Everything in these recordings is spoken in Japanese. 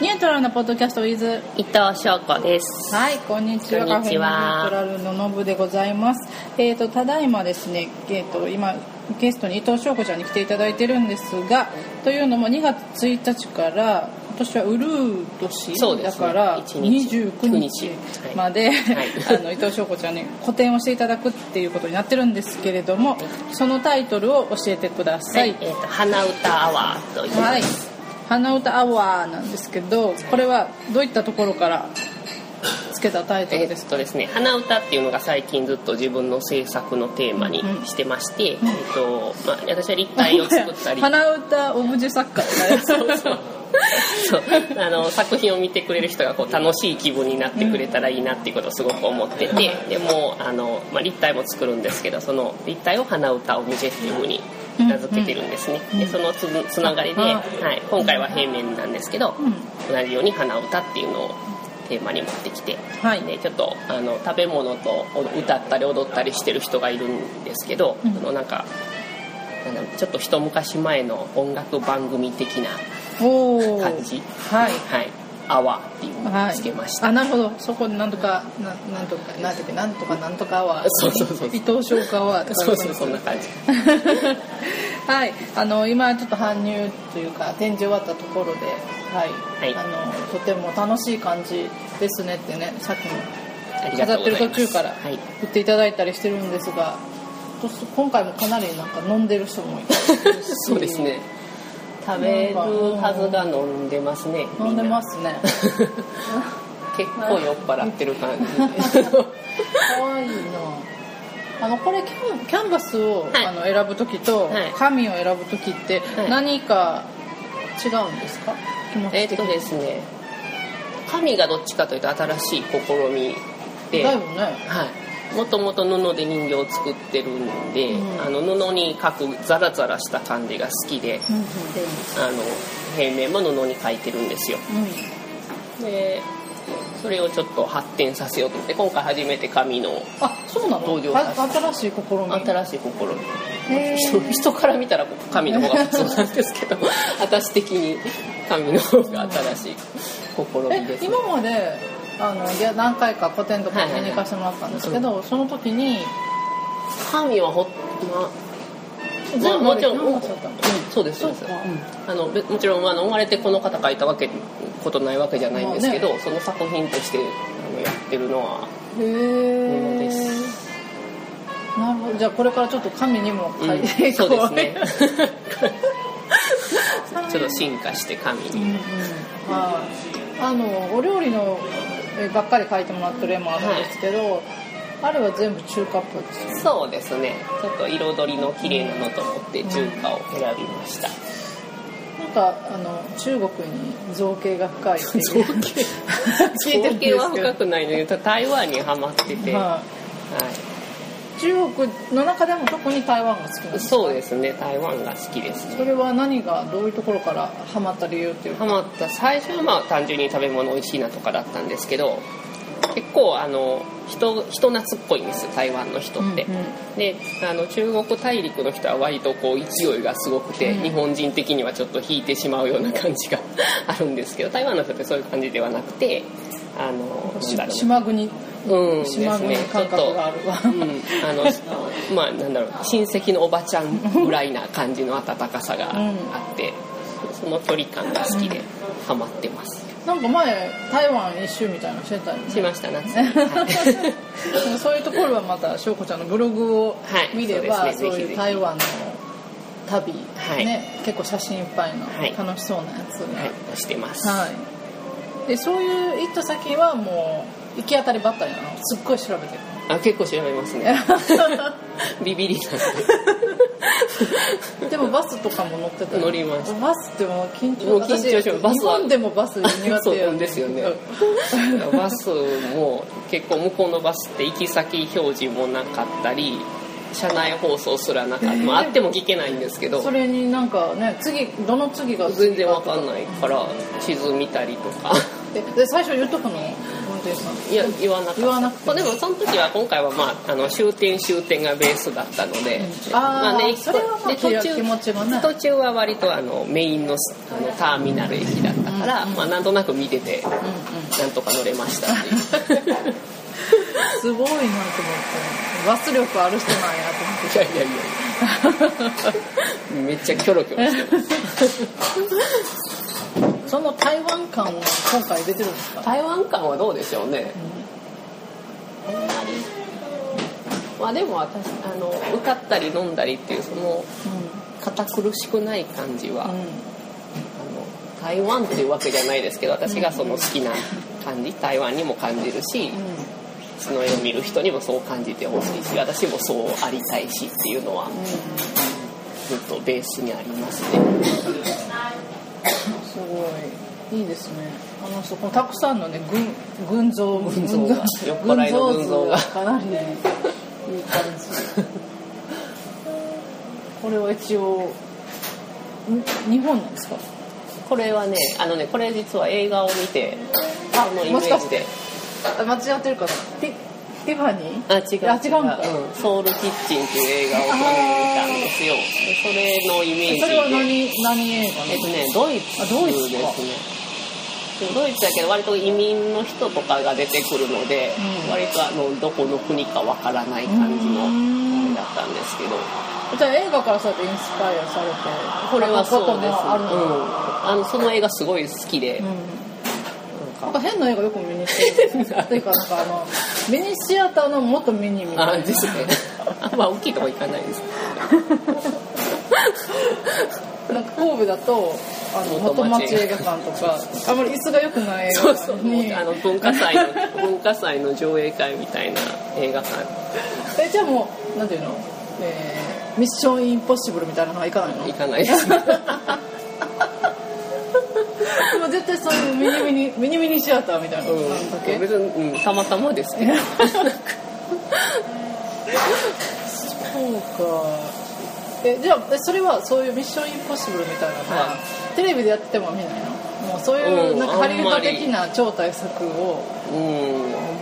ニュートラルなポッドキャスト with 伊藤翔子です。はいこんにちはこんにちはカフェのニュートラルのノブでございますえっ、とただいまですねえっ、と今ゲストに伊藤翔子ちゃんに来ていただいてるんですがというのも2月1日から今年はウルー年そうですねだから1日29日はいまで、はいあの伊藤翔子ちゃんに個展をしていただくっていうことになってるんですけれどもそのタイトルを教えてくださはいい、えっ、と花歌アワーという。はい。花歌アワーなんですけど、これはどういったところからつけたタイトえルですっか。とですね、花歌っていうのが最近ずっと自分の制作のテーマにしてまして、えっとまあ、私は立体を作ったり花歌オブジェ作家ってな りそうそうあの作品を見てくれる人がこう楽しい気分になってくれたらいいなっていうことをすごく思っててでもあの、まあ、立体も作るんですけどその立体を花歌オブジェっていうふうに名付けてるんですね、でそのつつながりで、あはい、今回は平面なんですけど、ん同じように花歌っていうのをテーマに持ってきて、はいでちょっとあの食べ物とお歌ったり踊ったりしてる人がいるんですけど、うんそのなんかなんだろうちょっと一昔前の音楽番組的なおお。感じはい。はい、アワーっていうのはをい。つけました、あ、なるほど。そこになんとかななんとかなんとかなんとかなんとかアワー。そうそうそう伊藤翔歌アワーとかそうそうそんな感じ はい、あの今ちょっと搬入というか展示終わったところで、はいはいあのとても楽しい感じですねってねさっきあもり飾っがとうてるござい途ます中からはい言っていただいたりしてるんですが、と今回もかなりなんか飲んでる人もいて そうですね食べるはずが飲んでますね飲んでます すね結構酔っ払ってる感じかわいいなあのこれキャンキャンバスを、はいあの選ぶ時と、はい紙を選ぶ時ってはい何か違うんですか、気持ちえっ的とにですね神がどっちかというと新しい試みでだよねはい、もともと布で人形を作ってるんで、うんあの布に描くザラザラした感じが好きでうんうんあの平面も布に描いてるんですようんでそれをちょっと発展させようと思って今回初めて紙のあ、そうなの。登場は新しい試み。新しい試みへー人人から見たら紙の方 が普通なんですけど私的に紙の方が新しい試みでえ、す、ね、今まであのいや何回か個展とか見に行かせてもらったんですけど、その時に紙はほ、ま全部もちろん何冊だったのうんそうですそうですそうかうんあのべもちろんあの生まれてこの方書いたわけことないわけじゃないんですけど、その作品としてあのやってるのはへ布え。ですなるほど。じゃあこれからちょっと紙にも書いてうい んこ。そうう ですね ちょっと進化して紙うんにうん。はい。あのお料理のえばっかり書いてもらってる絵もあるんですけど、あれは全部中華っぽいですよ。そうですねちょっと彩りの綺麗なのと思って中華を選びました、なんかあの中国に造形が深いっていう 聞いてるん統ですけ計ど。は深くないのに台湾にはまってて、ははい。中国の中でも特に台湾が好きなんでい、すそうですね台湾が好きですそれは何がどういうところからハマった理由っていうかハマった最初はまあ単純に食べ物美味しいなとかだったんですけど結構あの人人懐っこいんですよ台湾の人って、うんうんであの中国大陸の人は割とこう勢いがすごくて、うん日本人的にはちょっと引いてしまうような感じが あるんですけど台湾の人ってそういう感じではなくてあのなんだろう島国うんです島国ねちょ感っ覚とがあるわ、うん、あのまあなんだろう親戚のおばちゃんぐらいな感じの温かさがあって、その距離感が好きでハマってます なんか前台湾一周みたいなのしてたよね しました夏に、はいでもそういうところはまた翔子ちゃんのブログをはい見れば、そうですそねうぜひいうぜひ台湾の旅、はいね結構写真いっぱいのはい楽しそうなやつがはい、してます、はいでそういう行った先はもう行き当たりばったりなのすっごい調べてるあ結構調べます ねビビりなん でもバスとかも乗ってたよ乗りましバスってもう緊張もう緊張しますバス日は本でもバス苦手やそうなんですよねで バスも結構向こうのバスって行き先表示もなかったり車内放送すらなかった、まあ、あっても聞けないんですけどそれになん かね次どの次が全然わかんないから地図見たりと かでで最初言っとくの運転手さんいや言わなかった言わなくてまあでもその時は今回は、まあ、あの終点終点がベースだったので、あーまねそれはまあで途中気持ちがね途中は割とあのメインのあのターミナル駅だったかから、まあ、なんとなく見ててうんうんなんとか乗れましたっていう すごいなと思ってバス力ある人なんやと思っていやいやいやめっちゃキョロキョロしてます そ の台湾感は今回出てるんですか台湾感はどうでしょうね、あんまりまあでも私あの受かったり飲んだりっていうその堅苦しくない感じは、うあのん台湾っていうわけじゃないですけど私がその好きな感じ台湾にも感じるしうんその絵を見る人にもそう感じてほしいし私もそうありたいしっていうのはずっとベースにありますね すごいいいですねあのそこたくさんのね群群像群像が酔っ払いの群像群像が図かなりねいい感じこれは一応ん日本なんですかこれはねあのねこれ実は映画を見てあそのイメもしかージしでてあ間違ってるかなピティファニーあ違うあ違うんだうんソウルキッチンっていう映画を見たんですよでそれのイメージでそれは何何映画えっとのねドイツあドイツでかすねでもドイツだけど割と移民の人とかが出てくるので、うん割とあのどこの国かわからない感じのうーんあれだったんですけどじゃあ映画からそうやってインスパイアされてこれはそうです、ね過去のあるのうん、あのその映画すごい好きで、うなんんなんかか変な映画よく見に行っ てるというかなんかあのミニシアターのもっとミニみたいなあですね あんま大きいとこ行かないですなんか神戸だとあの元元町町映画館とかあんまり椅子が良くない映そう画そう館にあの文化祭の文化祭の上映会みたいな映画館 えじゃあもうなんていうの、えーミッションインポッシブルみたいなのは行かないの行かないですねでも絶対そういうミニミニ ミニミニシアターみたいなのなんだっけ、うん別に、うん、たまたまですけどそうかえじゃあえそれはそういう「ミッションインポッシブル」みたいなのは、はテレビでやってても見ないのもうそういううんなんかハリウッあドんまり的な超大作をうん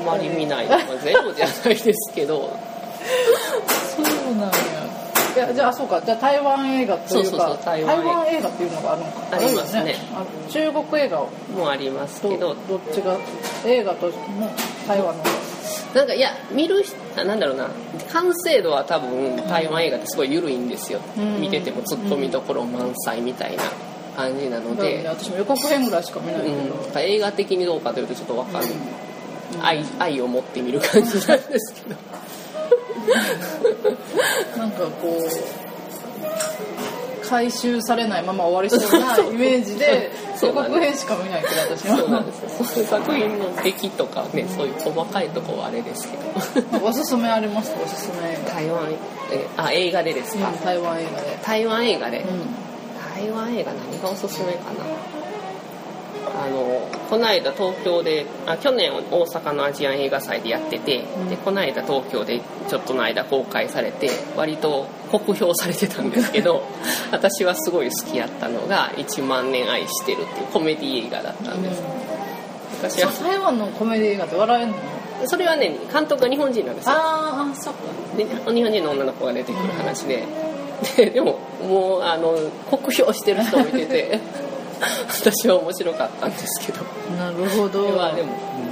あんまり見ない、まあ、ゼロじゃないですけどそうなんやいやじゃあそうかじゃあ台湾映画というかそうそうそう台台湾湾映映画画っていうのがあるのかありますねるよあ中国映画をもうありますどけどどっちが映画とも台湾の方なんかいや見る人あなんだろうな完成度は多分台湾映画ってすごい緩いんですよ、うん見ててもツッコミどころ満載みたいな感じなのだよねで、私も予告編ぐらいしか見ないけうど、ん、だから映画的にどうかというとちょっとわかんない、愛愛を持って見る感じなんですけどなんかこう回収されないまま終わりそう なイメージでそ予うなんです告編しか見ないけど私そうなはんですよそういう作品の出来とかね、そういう細かいとこはあれですけどおすすめありますおすすめ映台湾えあ映画でです画、か、うん、台湾映画で、台湾映画で、うん、台湾映画何がおすすめかなあのこの間東京であ去年大阪のアジアン映画祭でやってて、うんでこの間東京でちょっとの間公開されて割と酷評されてたんですけど私はすごい好きやったのが「1万年愛してる」っていうコメディ映画だったんです、私はそう台湾のコメディ映画って笑えるのそれはね監督が日本人なんですよあーあそっかで日本人の女の子が出てくる話でででももうあの酷評してる人を見て て私は面白かったんですけどなるほどこれはでも、うん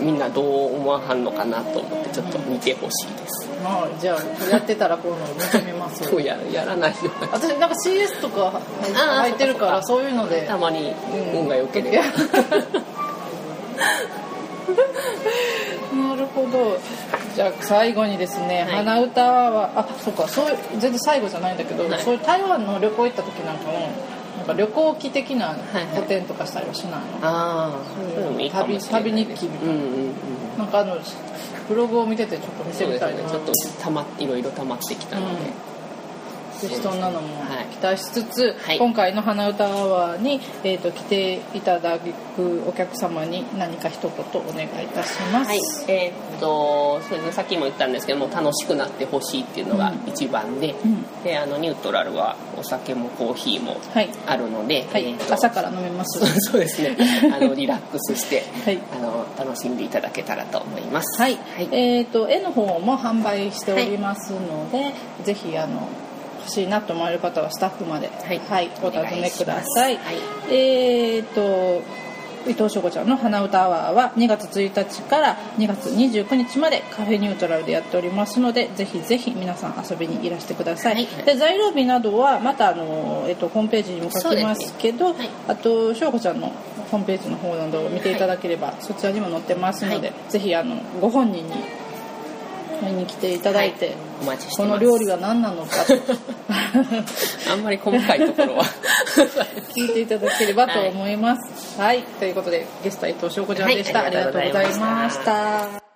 みんなどう思わはんのかなと思ってちょっと見てほしいです、まあじゃあやってたらこういうの見てみますそうややらないような私なんか CS とかあー入ってるからそういうのでたまにうん運が良ければ、 なるほどじゃあ最後にですね、はい花歌はあそうかそういう全然最後じゃないんだけど、はいそういう台湾の旅行行った時なんかもなんか旅行記的なはい個展とかしたりはしないの、ああそういうのもいいかもしれないで旅旅す日記みたういんうんうんなんかあのブログを見ててちょっと見てそうみですたいねなちょっとたまいろいろ溜まってきたので、うんぜひそんなのもはい期待しつつ、はい今回の花歌アワーに、えー、と来ていただくお客様に何か一言お願いいたします、はい、えーっとそうですねさっきも言ったんですけども楽しくなってほしいっていうのが一番で、うんであのニュートラルはお酒もコーヒーもはい、あるので、はいえーっと朝から飲めます そうそうですねあのリラックスして、はいあの楽しんでいただけたらと思いますはい、はいえっ、と絵の方も販売しておりますので、ぜひあのしいなと思われる方はスタッフまで、はいお尋ねください。お願いしまえーっと伊藤翔子ちゃんの花歌アワーは2月1日から2月29日までカフェニュートラルでやっておりますのでぜひぜひ皆さん遊びにいらしてください、はいで材料日などはまたあの、えっと、ホームページにも書きますけど、そうですねあと翔子ちゃんのホームページの方などを見ていただければ、そちらにも載ってますので、はぜひあのご本人に会いに来ていただいて、はいお待ちしてこまのす料理は何なのか とあんまり細かいとこ ろは聞いていただければと思います。はい、ということでゲストは伊藤翔子ちゃんでした、はいありがとうございました。